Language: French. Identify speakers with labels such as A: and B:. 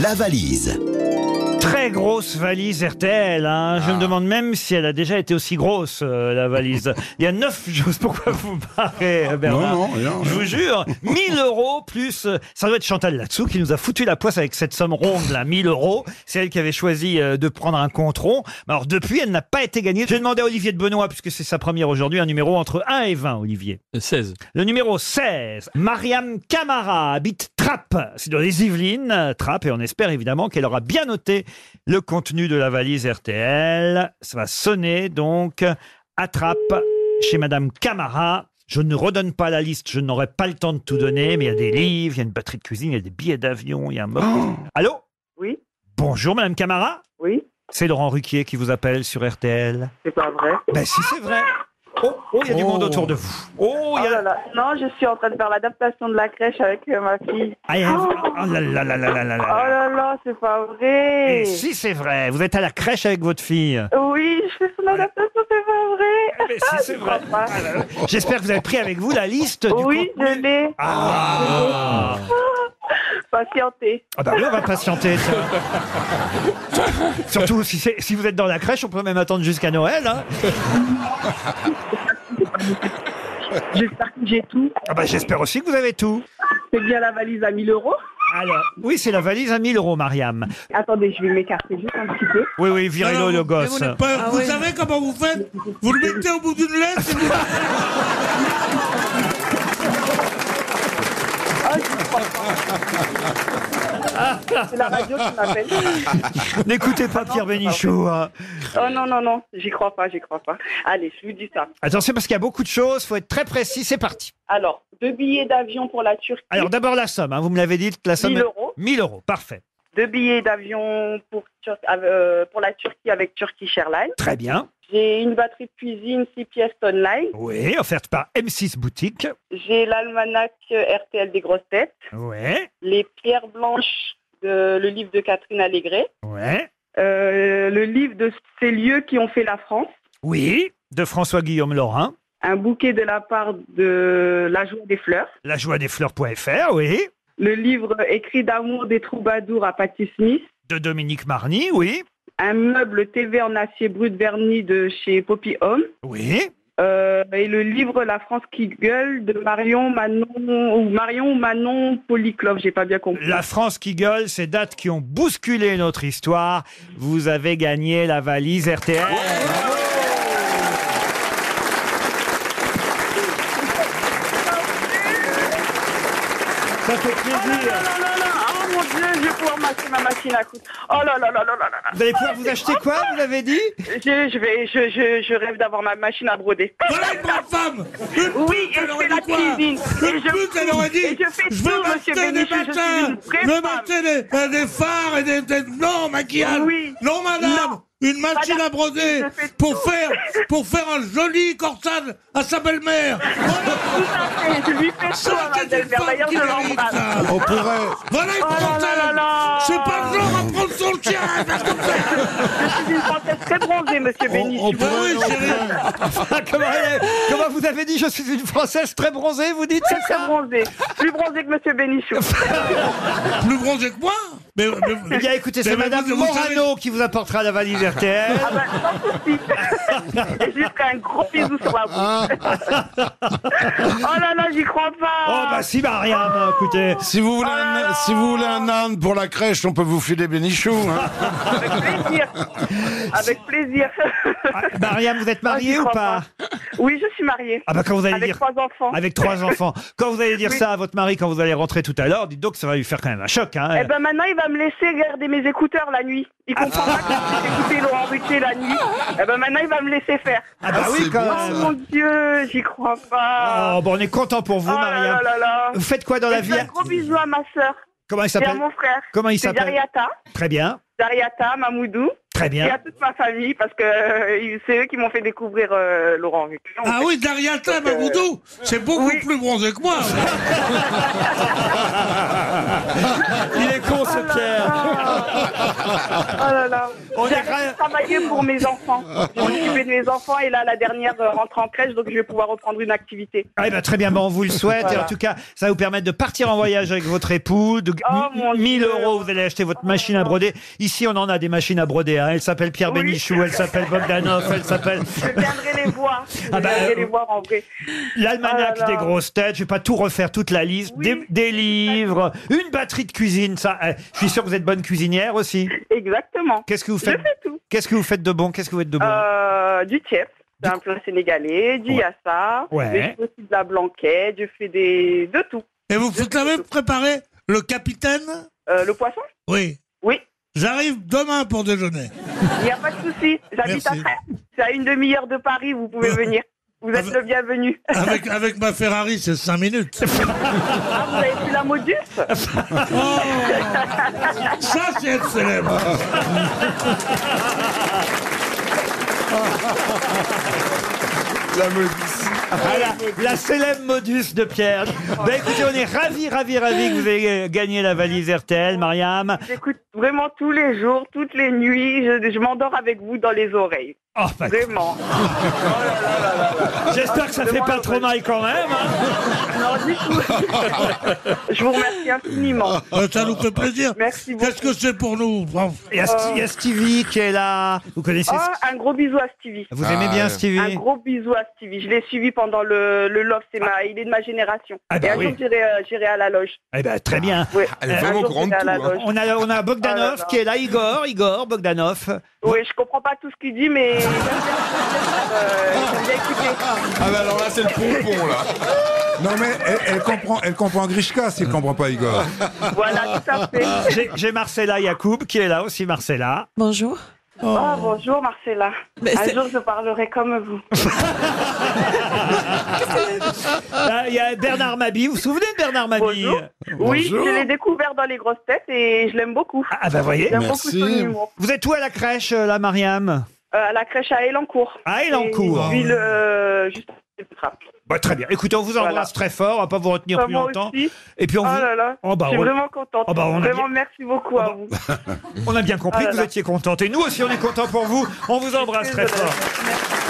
A: La valise.
B: Très grosse valise RTL. hein.
C: Ah.
B: Je me demande même si elle a déjà été aussi grosse, euh, la valise. Il y a neuf choses. Pourquoi vous parlez,
C: Oh
B: Bernard
C: Non, non, rien,
B: Je vous jure, 1000 euros plus. euh, Ça doit être Chantal Latsou qui nous a foutu la poisse avec cette somme ronde, là, 1000 euros. C'est elle qui avait choisi euh, de prendre un compte rond. Mais Alors, depuis, elle n'a pas été gagnée. J'ai demandé à Olivier de Benoît, puisque c'est sa première aujourd'hui, un numéro entre 1 et 20, Olivier.
D: 16.
B: Le numéro 16, Mariam Camara habite Trappes, c'est dans les Yvelines, euh, Trappes, et on espère évidemment qu'elle aura bien noté le contenu de la valise RTL. Ça va sonner donc à Trappes, chez Madame Camara. Je ne redonne pas la liste, je n'aurai pas le temps de tout donner, mais il y a des livres, il y a une batterie de cuisine, il y a des billets d'avion, il y a un meuble. Allô
E: Oui.
B: Bonjour Madame Camara
E: Oui,
B: C'est Laurent Ruquier qui vous appelle sur RTL.
E: c'est pas vrai.
B: Ben si, c'est vrai Oh, oh, il y a du
C: Oh.
B: monde autour de vous. Oh, il y
E: Oh
B: a...
E: là là. Non, je suis en train de faire l'adaptation de la crèche avec euh, ma fille.
B: Ah, il y a- oh là là là là là là
E: Oh
B: là.
E: là là, c'est pas
B: Ah. Et
E: vrai.
B: si c'est vrai, vous êtes à la crèche avec votre fille.
E: Oui, je fais son adaptation, c'est pas vrai.
B: Mais si c'est vrai.
E: Ah,
B: J'espère que vous avez pris avec vous la liste du
E: oui,
B: contenu.
E: je l'ai.
B: Ah,
E: Patientez.
B: Ah bah oui, on va patienter. tiens. Surtout si, c'est- si vous êtes dans la crèche, on peut même attendre jusqu'à Noël. hein.
E: J'espère que j'ai tout.
B: Ah bah j'espère aussi que vous avez tout.
E: C'est bien la valise à 1000 euros.
B: Alors, oui, c'est la valise à 1000 euros, Mariam.
E: Attendez, je vais m'écarter juste un petit peu.
B: Oui, oui, virez
F: Alors,
B: le
F: vous- Ah mais
B: gosse.
F: vous n'êtes pas-
E: Ah
F: vous savez comment vous faites Vous le mettez au bout d'une laisse et vous...
E: Oh, C'est la radio qui m'appelle.
B: N'écoutez pas Pierre Bénichou. hein.
E: Oh non, non, non, j'y crois pas, j'y crois pas. Allez, je vous dis ça.
B: Attention, parce qu'il y a beaucoup de choses, faut être très précis, c'est parti.
E: Alors, deux billets d'avion pour la Turquie,
B: Alors d'abord la somme, hein, vous me l'avez dit, la somme...
E: 1000
B: est-
E: euros.
B: 1000 euros, parfait.
E: Deux billets d'avion pour, Tur- euh, pour la Turquie avec Turkish Airlines.
B: Très bien.
E: J'ai une batterie de cuisine 6 pièces online.
B: Oui, offerte par M6 Boutique.
E: J'ai l'almanach euh, RTL des grosses têtes,
B: Ouais,
E: les pierres blanches, de, le livre de Catherine Allégret,
B: ouais.
E: euh, le livre de ces lieux qui ont fait la France,
B: Oui, de François-Guillaume Laurin.
E: un bouquet de la part de La Joie des Fleurs,
B: La joie des fleurs.fr, oui.
E: le livre écrit d'amour des troubadours à Patti Smith,
B: De Dominique Marny, oui.
E: un meuble TV en acier brut verni de chez Poppy Home,
B: Oui.
E: euh, et le livre La France qui gueule de Marion Manon ou Marion Manon Polyclove, j'ai pas bien compris.
B: La France qui gueule, ces dates qui ont bousculé notre histoire. Vous avez gagné la valise RTL. Ça fait plaisir.
E: Oh là là, oh mon dieu, je vais pouvoir masser ma machine à coudre. Oh là là là là là là là.
B: Vous allez pouvoir vous acheter quoi, vous l'avez dit
E: Je, je vais, je, je, je rêve d'avoir ma machine à broder.
F: Voilà une bonne femme Une
E: Oui,
F: pute,
E: et
F: elle
E: je
F: aurait
E: fais la
F: dit quoi
E: cuisine. Et
F: Une
E: je
F: pute, elle aurait dit
E: cuisine. Et je
F: vais
E: fais tout, monsieur
F: m'acheter des
E: Bénichou, je suis
F: matins
E: une vraie
F: Je vais
E: femme.
F: m'acheter des, euh, des fards et des, des- Non, maquillage
E: Oui.
F: Non, madame
E: Non.
F: Une machine
E: Madame,
F: à broder
E: je fais
F: pour faire, pour faire un joli corsage à sa belle-mère
E: Oh
F: Voilà,
E: Tout à fait, je lui fais tout
F: Ça,
E: à ma
F: c'est une
E: belle-mère.
F: femme
E: D'ailleurs,
F: qui
E: je
F: mérite
E: l'embrasse.
F: ça
C: On pourrait.
F: Voilà une
E: Oh là
F: française
E: là là là.
F: C'est pas le genre à prendre son chien hein, à faire comme ça
E: Je suis une française très bronzée, monsieur Bénichou.
C: on
F: Bah
C: pourrait-
F: oui,
C: on
F: chérie
C: pourrait-
B: comment, elle est- comment vous avez dit Je suis une Française très bronzée, vous dites
E: Très,
B: c'est
E: très
B: ça
E: bronzée. Plus bronzée que monsieur Bénichou.
F: Plus bronzé que moi mais, mais-
B: Eh Bien, écoutez, c'est
F: Mais vous-
B: Madame
F: vous savez-
B: Morano qui vous apportera la valise RTL.
E: Ah ben, sans souci. Et je lui ferai un gros bisou sur la bouche. oh là là, j'y crois pas.
B: Ah. Oh bah si Mariam, écoutez.
C: Si vous voulez,
E: Ah
C: un,
E: là
C: si vous voulez un âne pour la crèche, on peut vous filer Bénichou. hein.
E: Avec plaisir. Avec plaisir.
B: Ah, Mariam, vous êtes mariée
E: Ah, j'y
B: ou
E: crois
B: pas
E: Oui, je suis mariée.
B: Ah bah quand vous allez
E: Avec
B: dire
E: trois enfants.
B: avec trois enfants. Quand vous allez dire
E: Oui.
B: ça à votre mari quand vous allez rentrer tout à l'heure, dites donc que ça va lui faire quand même un choc hein.
E: Eh ben maintenant, il va me laisser garder mes écouteurs la nuit. Il comprend pas que je vais écouter Laurent Ruquier la nuit. Eh ben maintenant, il va me laisser faire.
B: Ah bah oui quand
E: Oh
B: même.
E: mon Dieu, j'y crois pas.
B: Oh, bon, on est content pour vous
E: Oh
B: Mariam.
E: là là là là.
B: Vous faites quoi dans la
E: Je
B: vie
E: fais un gros bisou à ma sœur
B: Comment il
E: et à
B: s'appelle
E: mon frère.
B: Comment il
E: C'est
B: s'appelle
E: Dariata.
B: Très bien.
E: Dariata, Mamoudou.
B: Très
E: Et à
B: bien.
E: toute ma famille, parce que euh, c'est eux qui m'ont fait découvrir euh, Laurent Ruquier. en
F: Ah
E: fait.
F: oui, Dariata Maboudou, c'est beaucoup
E: Oui.
F: plus bronzé que moi.
B: Il est con ce Pierre.
E: Oh là là.
B: On est
E: J'ai
B: quand même-
E: arrêté de travailler pour mes enfants. Je vais m'occuper de mes enfants et là, la dernière euh, rentre en crèche, donc je vais pouvoir reprendre une activité.
B: Ah, eh ben, très bien, bon, on vous le souhaite. Et
E: Voilà.
B: en tout cas, ça va vous permettre de partir en voyage avec votre époux. De
E: Oh, mon
B: 1000
E: Dieu.
B: euros, vous allez acheter votre machine à broder. Ici, on en a des machines à broder. hein. Elle s'appelle Pierre
E: Oui.
B: Bénichou, elle s'appelle Bogdanov, elle s'appelle
E: Je viendrai les voir. Je
B: Ah bah,
E: viendrai
B: euh,
E: les voir en vrai.
B: l'almanach
E: Oh là là.
B: des grosses têtes. Je vais pas tout refaire, toute la liste.
E: Oui.
B: Des, des livres, une batterie de cuisine. Ça, eh, je suis sûr que vous êtes bonne cuisinière aussi.
E: Exactement.
B: Qu'est-ce que vous
E: Je
B: faites
E: fais tout.
B: Qu'est-ce que vous faites de bon Qu'est-ce que vous faites de bon
E: Euh, du tiep, c'est un plat sénégalais, du
B: Ouais.
E: yassa,
B: Ouais.
E: mais je fais aussi de la blanquette, je fais des... de tout.
F: Et vous, vous savez préparer le capitaine
E: Euh, le poisson
F: Oui.
E: Oui,
F: J'arrive demain pour déjeuner.
E: il n'y a pas de souci. J'habite à
F: Merci.
E: Frères. C'est à une demi-heure de Paris, vous pouvez venir. Vous êtes le bienvenu.
F: Avec, avec ma Ferrari, c'est 5 minutes.
E: Ah, vous avez vu la modus
F: Oh Ça, c'est être célèbre.
C: La modus.
B: Voilà, la célèbre modus de Pierre. Ben écoutez, on est ravis, ravis, ravis que vous ayez gagné la valise RTL, Mariam.
E: J'écoute vraiment tous les jours, toutes les nuits. Je, je m'endors avec vous dans les oreilles.
B: Oh, bah,
E: Vraiment. Oh
B: J'espère que ça fait pas trop mal quand même. hein.
E: Non, du tout. je vous remercie infiniment.
F: Euh, Ça nous fait plaisir.
E: Merci beaucoup.
F: Qu'est-ce que c'est pour nous Franck
B: Il y, a Sti- il y a Stevie qui est là. Vous connaissez
E: Ah,
B: Sti-
E: un gros bisou à Stevie.
B: Vous aimez bien
C: Ah,
E: Un
B: Stevie
E: gros bisou à Stevie. Je l'ai suivi pendant le, le Love. C'est ma, il est de ma génération.
B: Ah bah
E: Et un
B: oui.
E: jour, j'irai, euh, j'irai à la loge.
B: Eh ben très bien.
E: Oui.
C: Elle est
E: Un
C: vraiment
E: jour,
C: grande
E: j'irai à la
C: tout, hein.
E: loge.
B: On a, on a
E: Ah
B: Bogdanov
E: là là.
B: qui est là, Igor, Igor Bogdanov.
E: Oui, je comprends pas tout ce qu'il dit, mais. Euh, j'aime bien écouter.
C: Ah bah alors là, c'est le pompon, là.
A: Non mais elle, elle comprend, elle comprend Grishka s'il comprend pas Igor.
E: Voilà, tout à fait.
B: J'ai- J'ai Marcella Yacoub qui est là aussi, Marcella.
D: Bonjour.
E: Oh, bonjour Marcella.
D: Mais
E: un
D: c'est-
E: jour je parlerai comme vous.
B: Ah, Il y a Bernard Mabille. Vous vous souvenez de Bernard Mabille
E: Bonjour. Oui,
C: Bonjour.
E: je l'ai découvert dans les grosses têtes et je l'aime beaucoup.
B: Ah bah voyez.
E: J'aime beaucoup
C: Merci.
E: son humour.
B: Vous êtes où à la crèche, euh, là, Mariam Ah,
E: Euh, à la crèche à Elancourt.
B: À Elancourt.
E: Et Ville, euh, juste à côté de Trappes.
B: Bah, très bien. Écoutez, on vous embrasse
E: Voilà.
B: très fort. On va pas vous retenir
E: Enfin,
B: plus
E: moi
B: longtemps.
E: aussi.
B: Et puis on,
E: Oh
B: vous-
E: là là,
B: Oh bah,
E: je suis
B: on-
E: vraiment contente.
B: Oh bah, on a Ah, bah,
E: vraiment
B: bien-
E: merci beaucoup à vous.
B: on a bien compris
E: Oh là
B: que vous
E: là.
B: étiez contente. Et nous aussi, on est contents pour vous. On vous embrasse très
E: Désolée.
B: fort.
E: Merci.